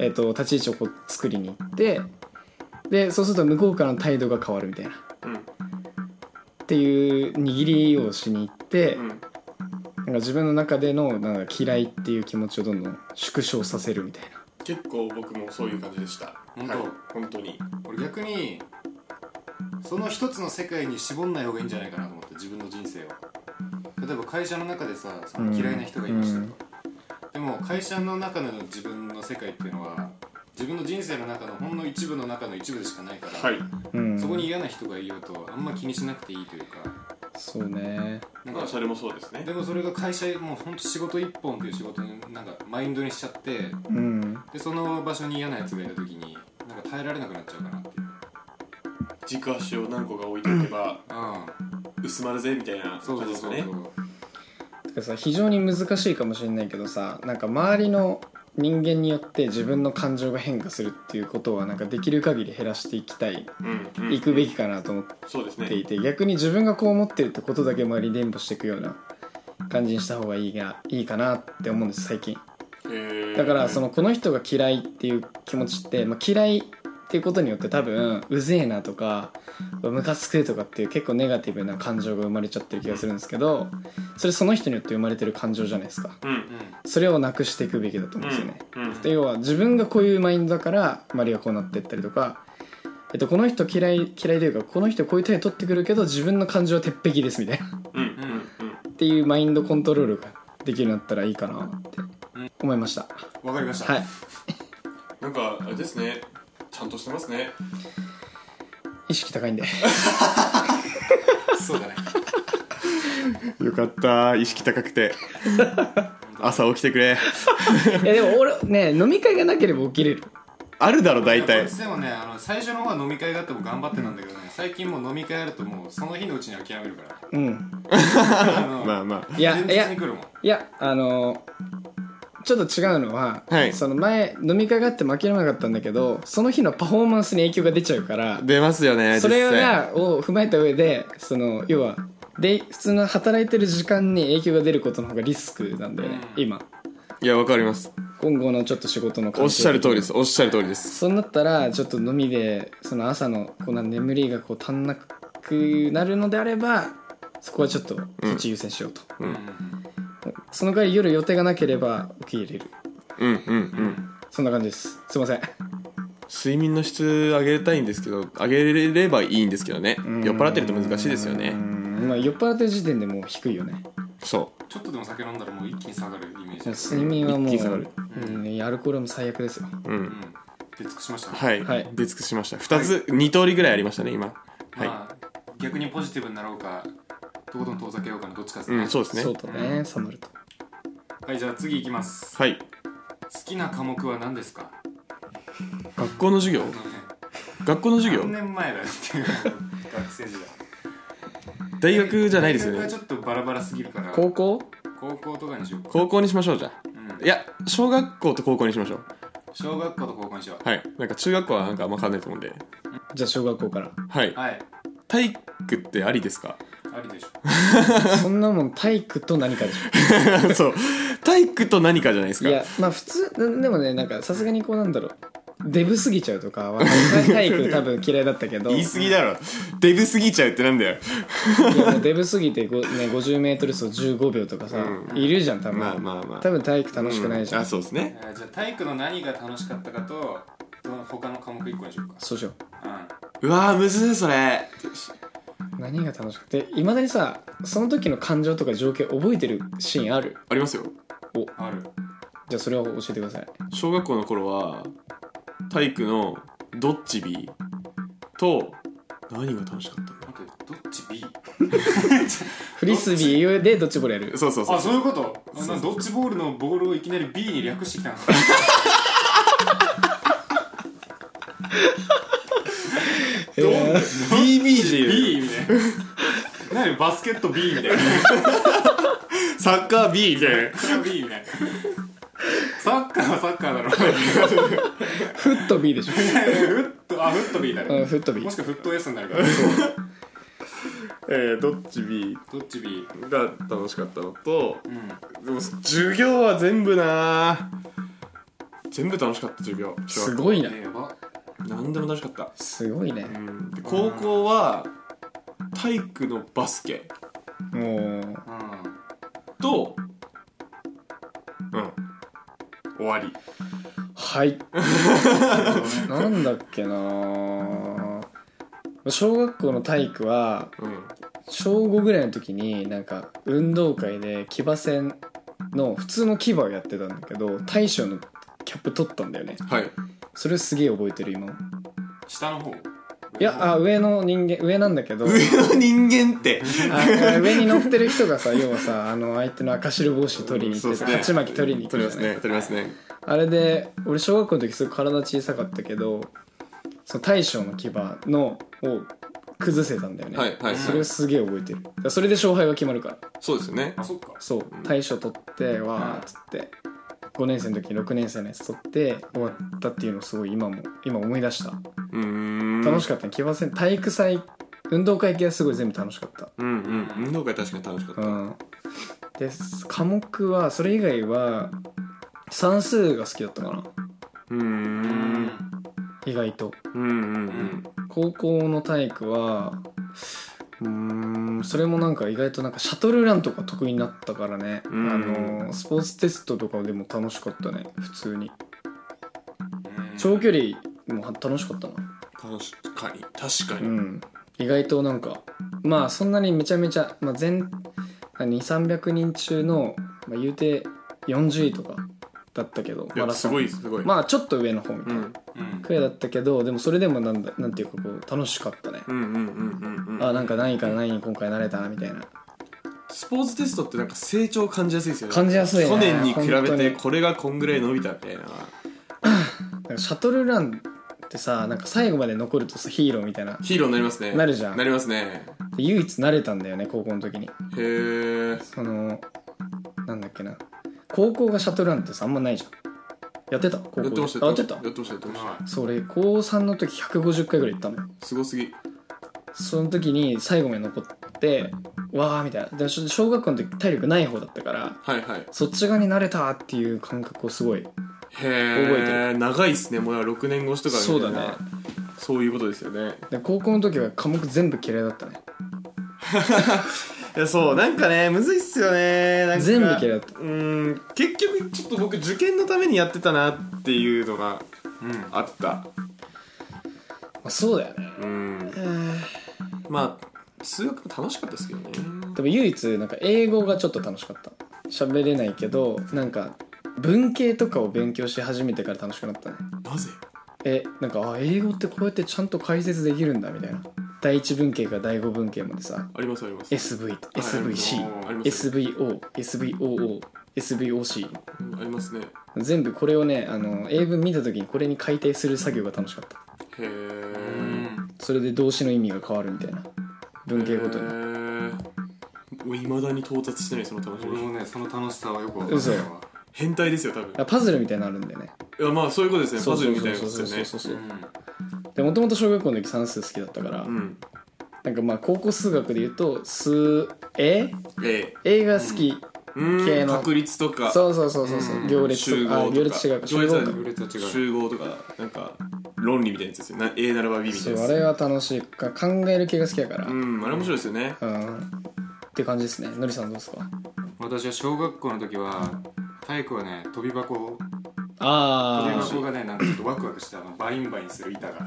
えっと立ち位置をこう作りに行ってでそうすると向こうからの態度が変わるみたいなっ
うん
ていう握りをしに行って、
うん
なんか自分の中でのなんか嫌いっていう気持ちをどんどん縮小させるみたいな。
結構僕もそういう感じでした
本当
はい本当に
俺逆にその一つの世界に絞んない方がいいんじゃないかなと思って自分の人生を例えば会社の中でさその嫌いな人がいましたと、でも会社の中の自分の世界っていうのは自分の人生の中のほんの一部の中の一部でしかないから、
はい
うん、
そこに嫌な人がいようとあんま気にしなくていいというか
そうね
なん
まあ
か
それもそうですね
でもそれが会社もうほんと仕事一本っていう仕事のなんかマインドにしちゃって
うん
でその場所に嫌なやつがいた時になんか耐えられなくなっちゃうかなっていう
軸足を何個か置いておけば
うん
薄まるぜみたいな
そう
感
そ
じ
う
で
そうそ
すか
う、
ね
だからさ非常に難しいかもしれないけどさなんか周りの人間によって自分の感情が変化するっていうことはなんかできる限り減らしていきたい、
うんうん
いくべきかなと思っ
そうです
て
ね
いて逆に自分がこう思ってるってことだけ周りに伝播していくような感じにした方がいいがいいかなって思うんです最近だからそ
の
のこの人が嫌いっていう気持ちって、まあ、嫌いっていうことによって多分うぜえなとかムカつくとかっていう結構ネガティブな感情が生まれちゃってる気がするんですけどそれその人によって生まれてる感情じゃないですか
うん
それをなくしていくべきだと思うんですよね、
うん
で要は自分がこういうマインドだから周りがこうなってったりとか、えっと、この人嫌い嫌いというかこの人こういう態度取ってくるけど自分の感情は鉄壁ですみたいな
うんうんうん
っていうマインドコントロールができるようになったらいいかなって思いました、
うんわかりました、
はい
なんかあれですねちゃんとしてますね
意識高い んで
そうだね
よかった意識高くて朝起きてくれ
いやでも俺ね飲み会がなければ起きれる
あるだろ
こいつでもねあの最初の方は飲み会があっても頑張ってたんだけどね最近もう飲み会あるともうその日のうちに諦めるから
うん
あの
あまあ
いや
前
い
日
や
に来るもん
いやあのちょっと違うのは、
はい
その前飲み会があっても諦めなかったんだけどその日のパフォーマンスに影響が出ちゃうから
出ますよね
それ
実際
らを踏まえた上でその要はで普通の働いてる時間に影響が出ることの方がリスクなんだよね、
うん
今
いやわかります
今後のちょっと仕事の環境
おっしゃる通りですおっしゃる通りです
そうなったらちょっと飲みでその朝のこうなん眠りがこう足んなくなるのであればそこはちょっとそっち優先しようと、
うん
その代わり夜予定がなければ受け入れる
うんうんうん
そんな感じですすいません
睡眠の質上げたいんですけど上げれればいいんですけどね酔っ払ってると難しいですよ
う
ね
んまあ酔っ払ってる時点でもう低いよね
そ
ちょっとでも酒飲んだらもう一気に下がるイメージです
睡眠はもう
一気に下がる
うん、アルコールも最悪ですよ
うう
うんん出尽くしましたね
はい、
はい
出尽くしました2つ、二2通りぐらいありましたね今はい、
まあ逆にポジティブになろうかとことん遠ざけようかのどっちかです
う
ね、
んそうですね
そうとね冷まると
はいじゃあ次いきます
はい
好きな科目は何ですか
学校の授業学校の授業
何年前だよっていう学生時代
大学じゃないですよ
大
ね
学はちょっとバラバラすぎるから
高校
高校とかにしようか、
高校にしましょうじゃあ
うん
いや小学校と高校にしましょう
小学校と高校にしよ
はいなんか中学校はなんかあんま変わんないと思うんで
じゃあ小学校から
はいう
はい
体育ってありですか
ありでしょ
そんなもん体育と何かでし
そう体育と何か じゃないです
ょ
か
いやまあ普通なでもねなんかさすがにこうなんだろうデブすぎちゃうとかは体育多分嫌いだったけど
言い過ぎだろデブすぎちゃうってなんだよ
いやもうデブすぎて、ごね、50m 走15秒とかさ、
うん
いるじゃん多分、
まあまあまあ
多分体育楽しくないじゃん、
うんあそうですね
えーじゃあ体育の何が楽しかったかとどの他の科目1個にしようか
そうしよ
うわーむずいそれ
う何が楽しくていまだにさその時の感情とか情景覚えてるシーンある
ありますよ
うんある
じゃあそれを教えてください
小学校の頃は体育のドッジビーと何が楽しかったんだ
待ってどっち B
フリスビーでドッジボール やる
そうそうそう
あそういうことあなドッジボールのボールをいきなり B に略してき たの
どう BB でいう
B みたいな何バスケット B みたいな
サッカー B みたいな
それは B みたいな サッカーはサッカーだ ろ
フットビーでしょ
フットあフット B だ
うん
ね
フットビ
も
ー
しくはフット S になるから
えー、どっち B
どっち B
が楽しかったのと
うん
でも授業は全部な全部楽しかった授業
すごいな
やば
何でも楽しかった
すごいね
うんで高校は体育のバスケ
もう
うん
とうん終わり
はいなんだっけな小学校の体育は
うん
小5ぐらいの時になんか運動会で騎馬戦の普通の騎馬をやってたんだけど大将のキャップ取ったんだよね
はい
それすげえ覚えてる今
下の方
いやあ上の人間上なんだけど
上の人間って
あ上に乗ってる人がさ要はさあの相手の赤白帽子取りに行って鉢巻き取りに行って
取りますね取りますね
あれで俺小学校の時すごい体小さかったけどその大将の牙のを崩せたんだよね、
はいはい
それをすげえ覚えてるだからそれで勝敗が決まるから
そうですよね
あそっか
そう大将取ってわーっつって5年生の時に6年生のやつ取って終わったっていうのをすごい今も今思い出した
うーん
楽しかったね騎馬戦体育祭運動会系はすごい全部楽しかった
うんうん運動会確かに楽しかった
うんで科目はそれ以外は算数が好きだったかな
うー
うん
意外と
うんうんうん
高校の体育はうーんそれもなんか意外となんかシャトルランとか得意になったからねあ
うん
のスポーツテストとかでも楽しかったね普通に
うん
長距離も楽しかったな
確かに確か
う
に
ん意外となんかまあそんなにめちゃめちゃ、まあ、全2300人中の、まあ、言うて40位とかだったけど
いやすごいすごい
まあちょっと上の方みた
う
いな、
ん
うん
くらいだったけどでもそれでもなんだなんていうかこう楽しかったね、
うんうんうんうんうん
あなんか何位から何位に今回なれたなみたいな
スポーツテストってなんか成長感じやすいですよね
感じやすいね
去年に比
本当
べて
に
これがこんぐらい伸びたみたいな
なんかシャトルランってさなんか最後まで残るとさヒーローみたいな
ヒーローになりますね
なるじゃん
なりますね
唯一なれたんだよね高校の時に
へえ
そのなんだっけな高校がシャトルランってさあんまないじゃんやってた高校
やってました
あやってた
やってましたやってまし
ま
それ高3の時150回ぐらい行ったの
たすごすぎ
その時に最後まで残ってわーみたいなでも小学校の時体力ない方だったから
はいはいへ
そっち側になれたっていう感覚をすごい覚え
え長いっすねもう6年越しとかみたい
そうだ
な
ね
そういうことですよね
で高校の時は科目全部嫌いだったね
いやそうなんかねむずいっすよねなんか
全部嫌いだった
うーん結局ちょっと僕受験のためにやってたなっていうの
あ
が
うん
あった
まあそうだよね
うんまあ数学も楽しかったですけどね
でも唯一なんか英語がちょっと楽しかった喋れないけどなんか文系とかを勉強し始めてから楽しくなったね
なぜ
えなんかあ英語ってこうやってちゃんと解説できるんだみたいな第一文系か第五文系までさ
ありますあります
SV と SVC
ありますね
SVO SVOO SVOC
うんありますね
全部これをねあの英文見た時にこれに改定する作業が楽しかった
へえ
それで動詞の意味が変わるみたいな文系ごとに
いまだに到達してないその楽し
俺
み
もねその楽しさはよくわかんないわ
変態ですよ多分
パズルみたいになのあるんだよね
いやまあそういうことですねパズルみたいなや
そう
つ
そう
です
そう
よ
そう
ね
そう
うん
でもともと小学校の時算数好きだったから、
うん
なんかまあ高校数学で言うと数え
ええ
映画好き、系
うん
の
確率とか
そうそうそうそうそう、
うん
行列とか
集合とか
あ行列違うか
行列は
集合
行列は違う
集合とかなんか論理みたいなやつですよね A ならば B みた
そ
いうな
あ
や
れ
つ
は楽しいか考える系が好きやから
う
うん、
んあれ面白いですよね
って感じですねのりさんどうですか
私は小学校の時は体育はね飛び箱飛び
あ
箱がねなんかちょっとワクワクしたあのバインバインする板が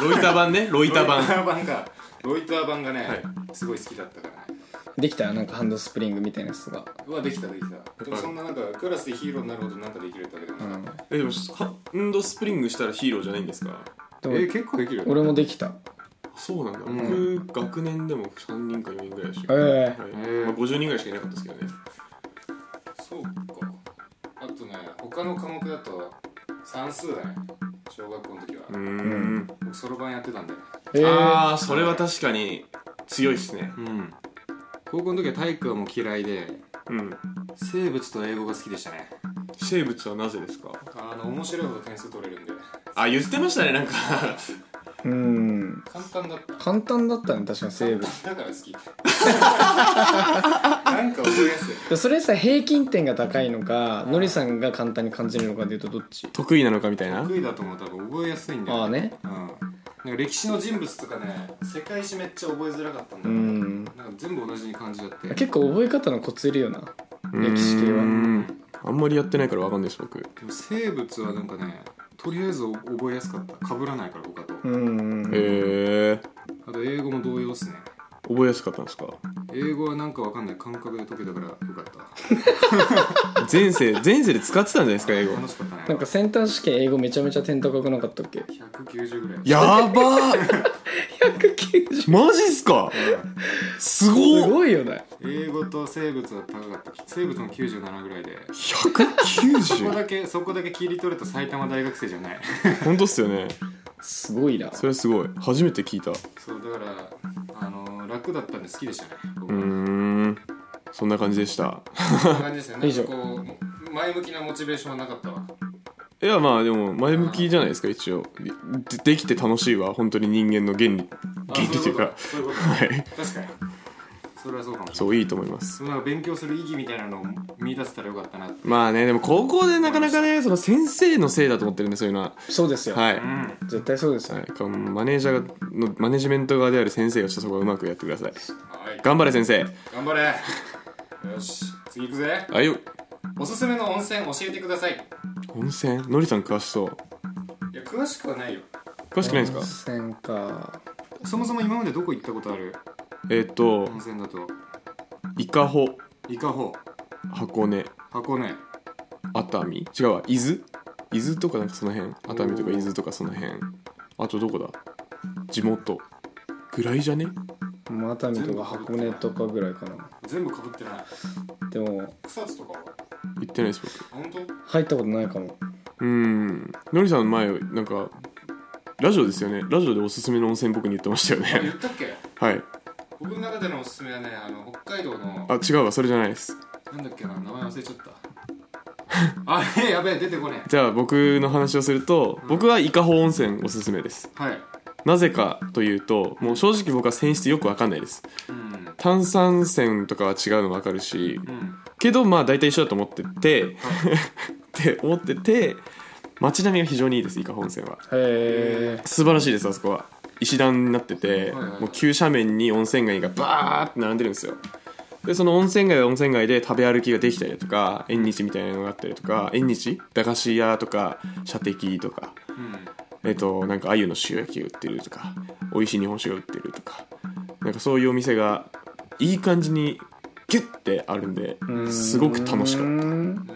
ロイター版ねロイター
ロイター
版
版かロイター版がね、
はい
すごい好きだったからね
あできたなんかハンドスプリングみたいなやつとか
うわできたできたでもそんななんかクラスでヒーローになるほどなんかできるってわけでもなかっ
えでもハンドスプリングしたらヒーローじゃないんですか
た、
でも
えー結構できるよ
俺もできた
そうなんだ、
ん
僕学年でも3人か4人ぐらいでした
ええ
はい
ー
まあ、50人ぐらいしかいなかったですけどね
そうかあとね他の科目だと算数だね小学校の時は、
うーん
僕そろばんやってたんだよね
えー、
ああそれは確かに強いですね
うん高校の時は体育はもう嫌いで
うん
生物と英語が好きでしたね
生物はなぜですか
あの面白いほど点数取れるんで
あ言ってましたねなんか
うん
簡単だった
簡単だったね確かに生物
だから好 きなんか覚えやすい
でそれさ平均点が高いのかのりさんが簡単に感じるのかでいうとどっち
得意なのかみたいな
得意だと思う多分覚えやすいんだよ
ああね
うん、なんか歴史の人物とかね世界史めっちゃ覚えづらかったんだ
う
よ、
ん
なんか全部同じに感じちゃって
結構覚え方のコツいるよな歴史系
うー
は
んあんまりやってないからわかんないです僕
でも生物はなんかねとりあえず覚えやすかったかぶらないから他と、
うんうん
へえ
あと英語も同様っすね
覚えやすかったんですか
英語はなんかわかんない感覚で解けたからよかった
前世前世で使ってたんじゃないですか英語
楽しかったね
なんかセンター試験英語めちゃめちゃ点高くなかったっけ
190ぐらい
やばー
190
マジっすかす
す
ごっ
ごいよね
英語と生物は高かった生物も97ぐらいで そこ
190?
だけそこだけ切り取れた埼玉大学生じゃない
本当っすよね
すごいな
それはすごい初めて聞いたう
そうだからあの楽だったんで好きでしたね僕
ーんそんな感じでした
そんな感じですよね
以上
なんかこう前向きなモチベーションはなかったわ
いやまあでも前向きじゃないですか一応でできて楽しいは本当に人間の原理原理というか
あそういうことそういうこ
はい
と確かにそれはそうかも
そういいと思います
そのなんか勉強する意義みたいなのを見出せたらよかったなって
まあねでも高校でなかなかねその先生のせいだと思ってるんでそういうのは
そうですよ、
はい、
うん
絶対そうですよ、
はい、このマネージャーがのマネジメント側である先生がちょっとそこはうまくやってください
はい
頑張れ先生
頑張れよし次行くぜ
あよ
おすすめの温泉教えてくださいい
温泉のりさん詳しそう
や詳しくはないよ
詳しくないですか
温泉か
そもそも今までどこ行ったことある
えっ、と
温泉だと
伊香保
伊香保
箱根
箱根
熱海違うわ伊豆伊豆とかなんかその辺熱海とか伊豆とかその辺あとどこだ地元ぐらいじゃね
熱海とか箱根とかぐらいかな
全部かぶってない
でも
草津とかは
行ってないです 僕
本当
入ったことないかも
うーんのりさん前なんかラジオですよねラジオでおすすめの温泉僕に言ってましたよ
あ言
ね
ったっけ
はい
僕の中でのおすすめはねあの北海道の
あ違うわそれじゃないです
なんだっけな名前忘れち ゃったあれやべえ出てこね
じゃあ僕の話をすると僕は伊香保温泉おすすめです
えはい
なぜかというともう正直僕は泉質よくわかんないです
うん
炭酸泉とかは違うのわかるし
うん
けどまあ大体一緒だと思 っててって思ってて街並みが非常にいいです伊香保温泉は
へえ
素晴らしいですあそこは石段になってて、
はいはい
もう急斜面に温泉街がバーって並んでるんですよでその温泉街は温泉街で食べ歩きができたりだとか縁日みたいなのがあったりとか縁日駄菓子屋とか射的とか
うん
えっとなんか鮎の塩焼きが売ってるとか美味しい日本酒が売ってるとかなんかそういうお店がいい感じにギュッてあるんですごく楽しか
う
っ
ん
うん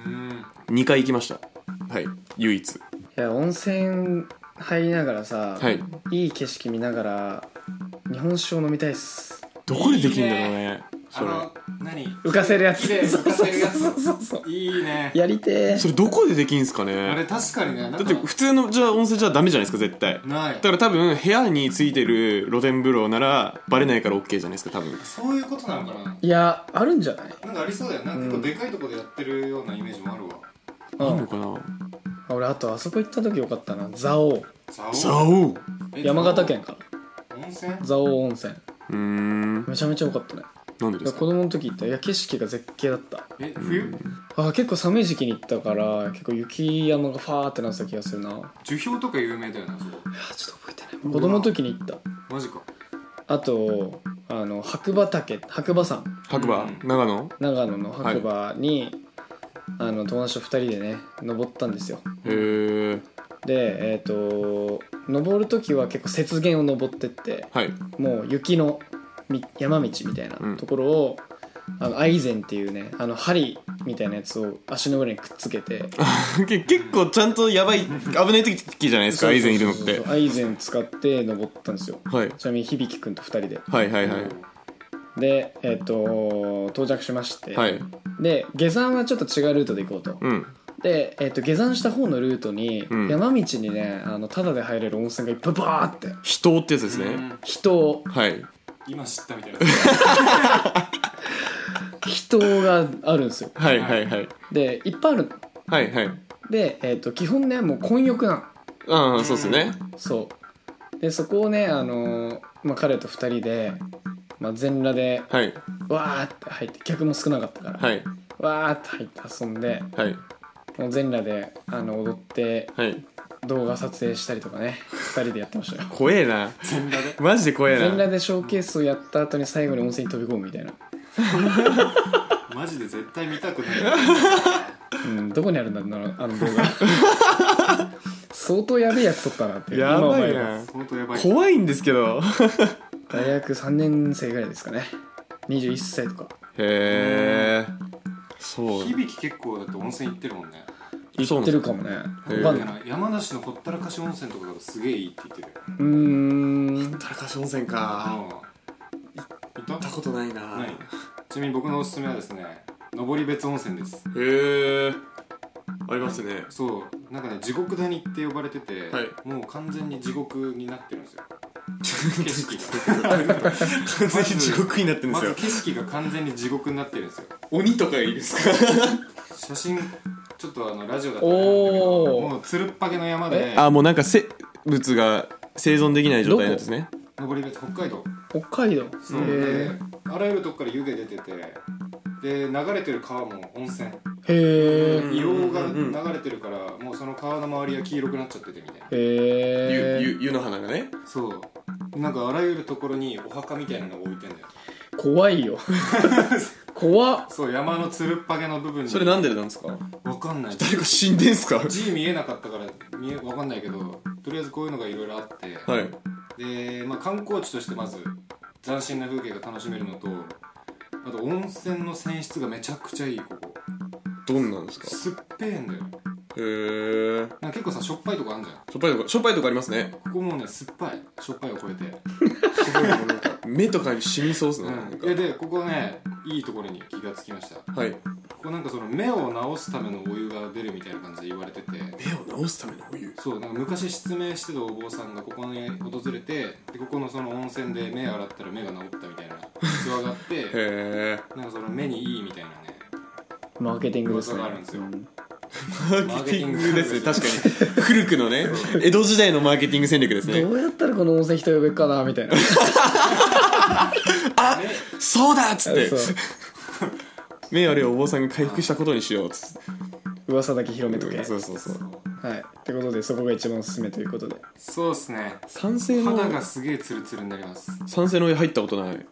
た2回行きましたはい唯一
いや温泉入りながらさ、
はい
いい景色見ながら日本酒を飲みたいっす
どこでできるんだろうね
あ
それ
の何
浮かせるやつ
綺麗に浮かせるやつ
そうそうそう
いいね
やりて
それどこでできんすか
あれ
ね
確かにねなん
だ
か
って普通のじゃあ温泉じゃダメじゃないですか絶対だ
ない
から多分部屋についてる露天風呂ならバレないから OK じゃないですか多分
そういうことなのかない
やあるんじゃない
なんかありそうだよなんか結構でかいとこでやってるようなイメージもあるわ
う
いい
ん
のかな
あ俺あとあそこ行った時よかったな蔵王
蔵
ザオう
え
山形県から
温泉
蔵王温泉
ーん
めちゃめちゃ良かったね
なんで
い
で
や
す
子
か
供の時行ったいや景色が絶景だった
え冬
あ結構寒い時期に行ったから結構雪山がファーってなってた気がするないや
樹氷とか有名だよなそこ
ちょっと覚えてない子供の時に行った
マジか
あとあの白馬岳白馬山
白馬
うん
長野
長野の白馬に、あの友達と2人でね登ったんですよ
へえ
でえっ、と登る時は結構雪原を登ってって
はい
もう雪のみ山道みたいな
うん
ところを、あのアイゼンっていうねあの針みたいなやつを足の裏にくっつけて
け結構ちゃんとやばい危ない時じゃないですか以前いるのっ
そうそう
て
そうアイゼン使って登ったんですよ
はい
ちなみに響くんと2人で
はいはいはい
でえっ、と到着しまして、
はい
で下山はちょっと違うルートで行こうと、
うん
で、えっと下山した方のルートに、
うん
山道にねあのタダで入れる温泉がいっぱいバーって
人ってやつです
う
ね
ん
人を
はい
今知ったみたいな
人があるんですよ
はいはいはい
でいっぱいあるの
はいはい
で、えっと基本ねもう混浴な
ああそうですね
のそうでそこをね、あのーまあ、彼と2人で、まあ、全裸で
はい
わーって入って客も少なかったから、
はい
わーって入って遊んで
はい
もう全裸であの踊って
はい
動画撮影したりとかね2人でやってましたよ
怖えな
全裸で
マジで怖え
全
な
裸でショーケースをやった後に最後に温泉に飛び込むみたいな、
マジで絶対見たくない
うん、どこにあるんだろうあの動 画相当やべえやつ撮ったなって
やばい
今思えば
な
相当やばい
怖いんですけど
大学3年生ぐらいですかね21歳とか
へえそう
響き結構だって温泉行ってるもんね
そうなん
行
で
って
す
るかもね
へー
わかんない
だから山梨のほったらかし温泉とかがすげえいいって言ってる
うーん
田中温泉か
ああ行っ
行ったことないな
たないちなみに僕のおすすめはですね登別温泉です
へえありますね
そうなんかね地獄谷って呼ばれてて、
はい
もう完全に地獄になってるんですよ景色が
完全に地獄になってるんで
ますず
よ
景色が完全に地獄になってるんですよ
鬼とかいいですか
写真ちょっとあのラジオだったらあれなんだけど
おー
もうつるっぱげの山で
あもうなんか生物が生存できない状態なんですね
登別北海道
北海道へ
そうで
え
あらゆるとこから湯気出ててで流れてる川も温泉
へ
うん
硫黄が流れてるからもうその川の周りが黄色くなっちゃっててみたいな
えへえ
ゆゆの花がね
そうなんかあらゆるところにお墓みたいなのが置いてんだよ
怖い よ怖っ
そう山のつるっぱげの部分に
それなんでなんですか
わかんない
誰か死んでんすかは
字見えなかったから見えわかんないけどとりあえずこういうのがいろいろあって、
い
で、まあ、観光地としてまず斬新な風景が楽しめるのとあと温泉の泉質がめちゃくちゃいいここ
どんなんですか
すっぺえんだよ
へえ
なんか結構さしょっぱいとこあんじゃん
しょっぱいとかしょっぱいとかありますね
ここもうね酸っぱいしょっぱいを超えて、
目とかに染みそうっすね、なん
うん、
か
いやでここねいいところに気がつきました
はい
ここなんかその目を治すためのお湯が出るみたいな感じで言われてて
目を治すためのお湯
そうなんか昔失明してたお坊さんがここに訪れてでここのその温泉で目洗ったら目が治ったみたいな逸話があっ
へ
て
え
なんかその目にいいみたいなね
マーケティングですね
噂があるんですよ
うん
マーケティングですね確かに古くのね江戸時代のマーケティング戦略ですね
どうやったらこの温泉人呼べるかなみたいな
目
そうだっつって
そう
目あれお坊さんが回復したことにしようっつって
噂だけ広めとけ
そうそうそう
はいってことでそこが一番おすすめということで
そうっすね
酸性の
肌がすげえツルツルになります
酸性のお湯入ったことない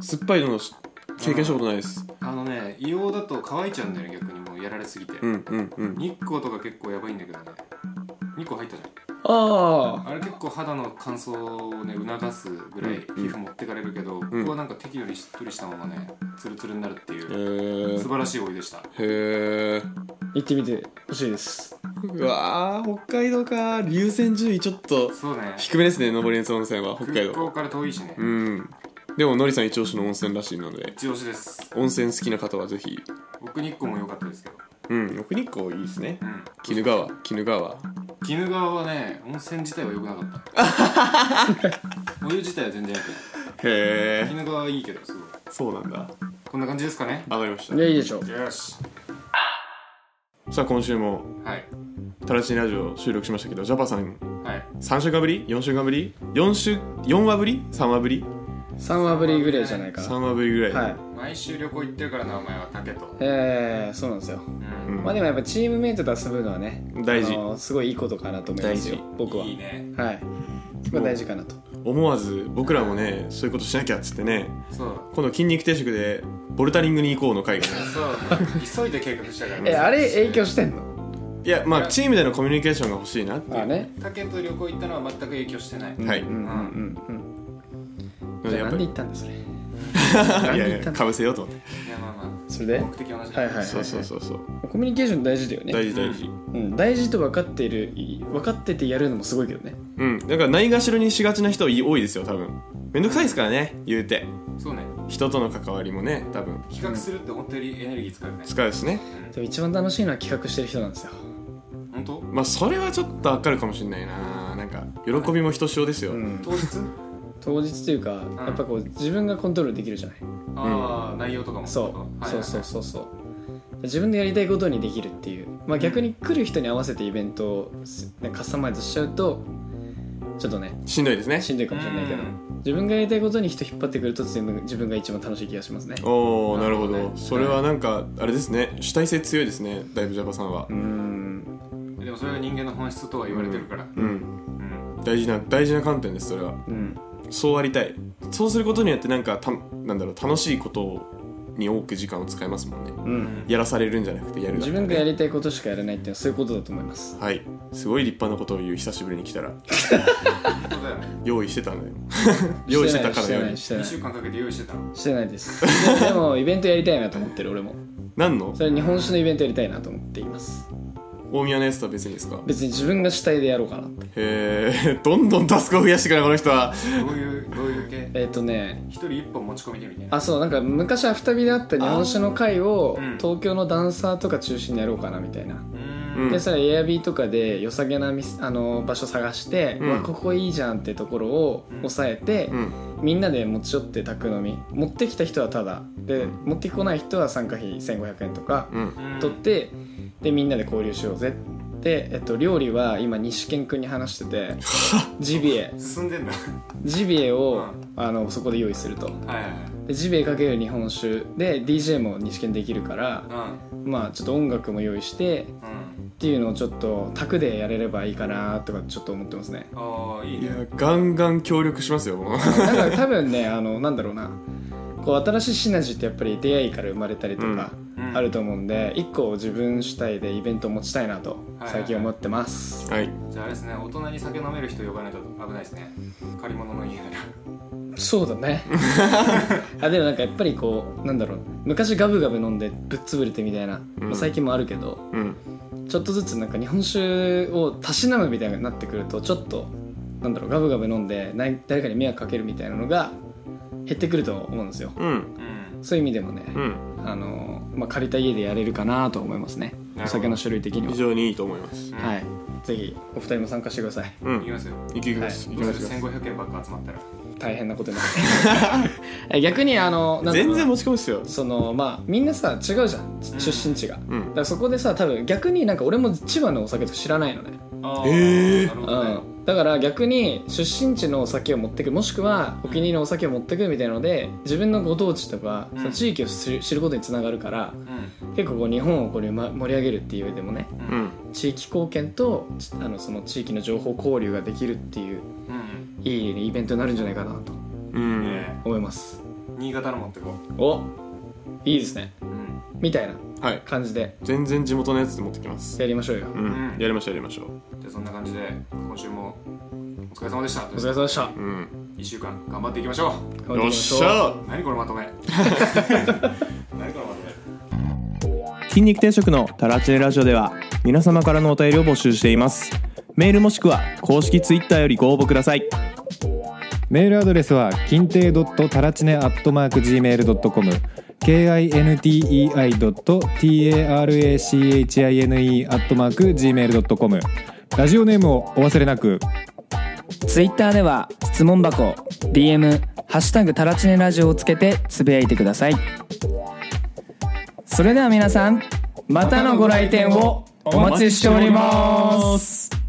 酸っぱいのし経験したことないです
あのね硫黄だと乾いちゃうんだよね逆にもうやられすぎて、
うんうんうん
日光とか結構やばいんだけどね日光入ったじゃ
あ
んあれ結構肌の乾燥をね促すぐらい皮膚持ってかれるけど、ここはなんか適度にしっとりしたままねツルツルになるってい
へ
う
ー
素晴らしいお湯でした
へー
あ行ってみてほしいです
うわー北海道か竜泉順位ちょっと
そうね
低めですね登別温泉は北海
空港
道
から遠いしね、
うんでものりさん一押しの温泉らしいので
一押しです
温泉好きな方はぜひ
僕日光も良かったですけど
うん奥日光いいですね
うん
鬼怒川鬼怒川
鬼怒川はね温泉自体は良くなかった お湯自体は全然良く
へ
ない
え
鬼怒川はいいけどすごい
そうなんだ
こんな感じですかね
上がりまし
いや
た
いいでしょう
よし
さあ今週も
はい
「タラチンラジオ」収録しましたけどジャパさん
はい
3週間ぶり4週間ぶり4週4話ぶり3話ぶり
3話ぶりぐらいじゃないか
3話ぶりぐらい、
はい
毎週旅行行ってるからなお前はタケと
ええそうなんですよ
うん
まあでもやっぱチームメイトと遊ぶのはね
大事
あのすごいいいことかなと思いますよ
大事
僕はい
いね
はいそこは大事かなと
思わず僕らもねそういうことしなきゃっつってね
そう
今度筋肉定食でボルタリングに行こうの会がね
そう急いで計画したから
えあれ影響してんの
いやまあチームでのコミュニケーションが欲しいなっていう
あね
タケと旅行行ったのは全く影響してない
はい
うんうんうん
なの
じ
で
ゃあ
やっ
な
ぱ
んで
り
行ったんだそれ何
い
言
やい
っ
や
たの
かぶせようと思って
いやまあま
それで
あ目的同じだ
はいはい
そうそうそうそう
コミュニケーション大事だよね
大事大事
うん、大事と分かっているい分かっててやるのもすごいけどね
うんだからないがしろにしがちな人多いですよ多分めんどくさいですからね言うて
そうね
人との関わりもね多分
比較するって思ったよりエネルギー使うよね
使うしね
でも一番楽しいのは企画してる人なんですよ、
本当
まあそれはちょっとわかるかもしれないななんか喜びもひとしおですよ、
うん、
当日
当日というかやっぱこう自分がコントロールできるじゃない
ああ内容とかも
そう、
はいはい
そ
は
う
い
そうそうそう自分でやりたいことにできるっていう、まあ、逆に来る人に合わせてイベントをすねカスタマイズしちゃうとちょっとね
しんどいですね
しんどいかもしれないけど
うん
自分がやりたいことに人引っ張ってくると全部自分が一番楽しい気がしますね
おおなるほ
なるほ
ど
どね
それはなんかあれですね主体性強いですねだいぶジャパさんは
うーん
でもそれが人間の本質とは言われてるから
う
うんん
大事な大事な観点ですそれは
うん
そうありたいそうすることによってなんかたなんだろう楽しいことに多く時間を使えますもんね
うん
やらされるんじゃなくてやるだ
自
けだね
分がやりたいことしかやらないっていうのはそういうことだと思います
はいすごい立派なことを言う久しぶりに来たら
本当だよね
用意してたの よ用意してたか
し
ら
て
よ
ないしてな
2
いして
週
ない
間かけて用意してたの
してないですででもイベントやりたいなと思ってる俺も
何の
それ日本酒のイベントやりたいなと思っています
大宮のやつとは別にですか
別に自分が主体でやろうかなって
へえ どんどんタスクを増やしてくるこの人は
どういうどういう系
えっ、とね
一人一本持ち込みでみたいな
あそうなんか昔アフタビであった日本酒の会を
あーうん
東京のダンサーとか中心にやろうかなみたいな、
う
うん
ん
でそれエアビーとかで良さげなみあの場所探して、
うん
うわここいいじゃんってところを押さえて、
うん
みんなで持ち寄って宅飲み持ってきた人はただで
うん
持ってこない人は参加費1500円とか
うん
うん
取ってでみんなで交流しようぜで、えっと、料理は今西健君に話しててジビエ
進んでんだ
ジビエを
う
あのそこで用意すると
はいはいはい
でジビエかける日本酒で DJ も西健できるからまあちょっと音楽も用意して
うんうん
っていうのをちょっと宅でやれればいいかなとかちょっと思ってますね
ああいい
いや
ね
ガンガン協力しますよもう
なんか多分ねあのなんだろうなこう新しいシナジーってやっぱり出会いから生まれたりとか
うん
あると思うんで一個自分主体でイベントを持ちたいなと
はい
最近思ってます
はい
じゃああれですね大人に酒飲める人呼ばないと危ないですね借り物の家なら
そうだねあでもなんかやっぱりこうなんだろう昔ガブガブ飲んでぶっ潰れてみたいな、
うん
まあ最近もあるけど
うん
ちょっとずつなんか日本酒をたしなむみたいになってくるとちょっとなんだろうガブガブ飲んでな誰かに迷惑かけるみたいなのが減ってくると思うんですよ
うん
うん
そういう意味でもね、
うん
あのまあ、借りた家でやれるかなと思いますね
なるほど
お酒の種類的に
非
は、
常にいいと思います
うん
はいぜひお二人も参加してください
う
いき
ん
ますよ
いきます、、
はいい
き
どう
ますす
る
いきます
1500円ばっか集まったら
大変なことにな る逆にあのなんだろう
全
な
然持ち込むっすよ
そのまあみんなさ違うじゃんち出身地が、
う
だ
ん
からそこでさ多分逆になんか俺も千葉のお酒とか知らないのね、
あ
へー
なるほ
う
どね
ん、だから逆に出身地のお酒を持ってくもしくはお気に入りのお酒を持ってくみたいなので自分のご当地とか
うん
その地域を知る知ることにつながるから
うん
結構こう日本をこれ、ま、盛り上げるっていう上でもね
うん
地域貢献とちあのその地域の情報交流ができるっていう
うん
いいイベントになるんじゃないかなと
うん、
ね
思います
新潟の持ってこ
おいいですね
ううん
みたいな
はい
感じで
全然地元のやつで持ってきます
やりましょうよ
うん、
うん
やりましょうやりましょ
じゃあそんな感じで今週もお疲れ様でした
お疲れ様でした
ううん
1週間頑張っていきましょう
頑張
よっ
ていきま
し
ょう
ゃ
何このまとめ何このまとめ
筋肉定食のタラチネラジオでは皆様からのお便りを募集していますメールもしくは公式ツイッターよりご応募ください
メールアドレスは金亭ドットタラチネアットマーク gmail ドットコム k i n t e i ドット t a r a c h i n e アットマーク gmail ドットコムラジオネームをお忘れなく。
ツイッターでは質問箱 DM「ハッシュタグタラチネラジオ」をつけてつぶやいてくださいそれでは皆さんまたのご来店をお待ちしております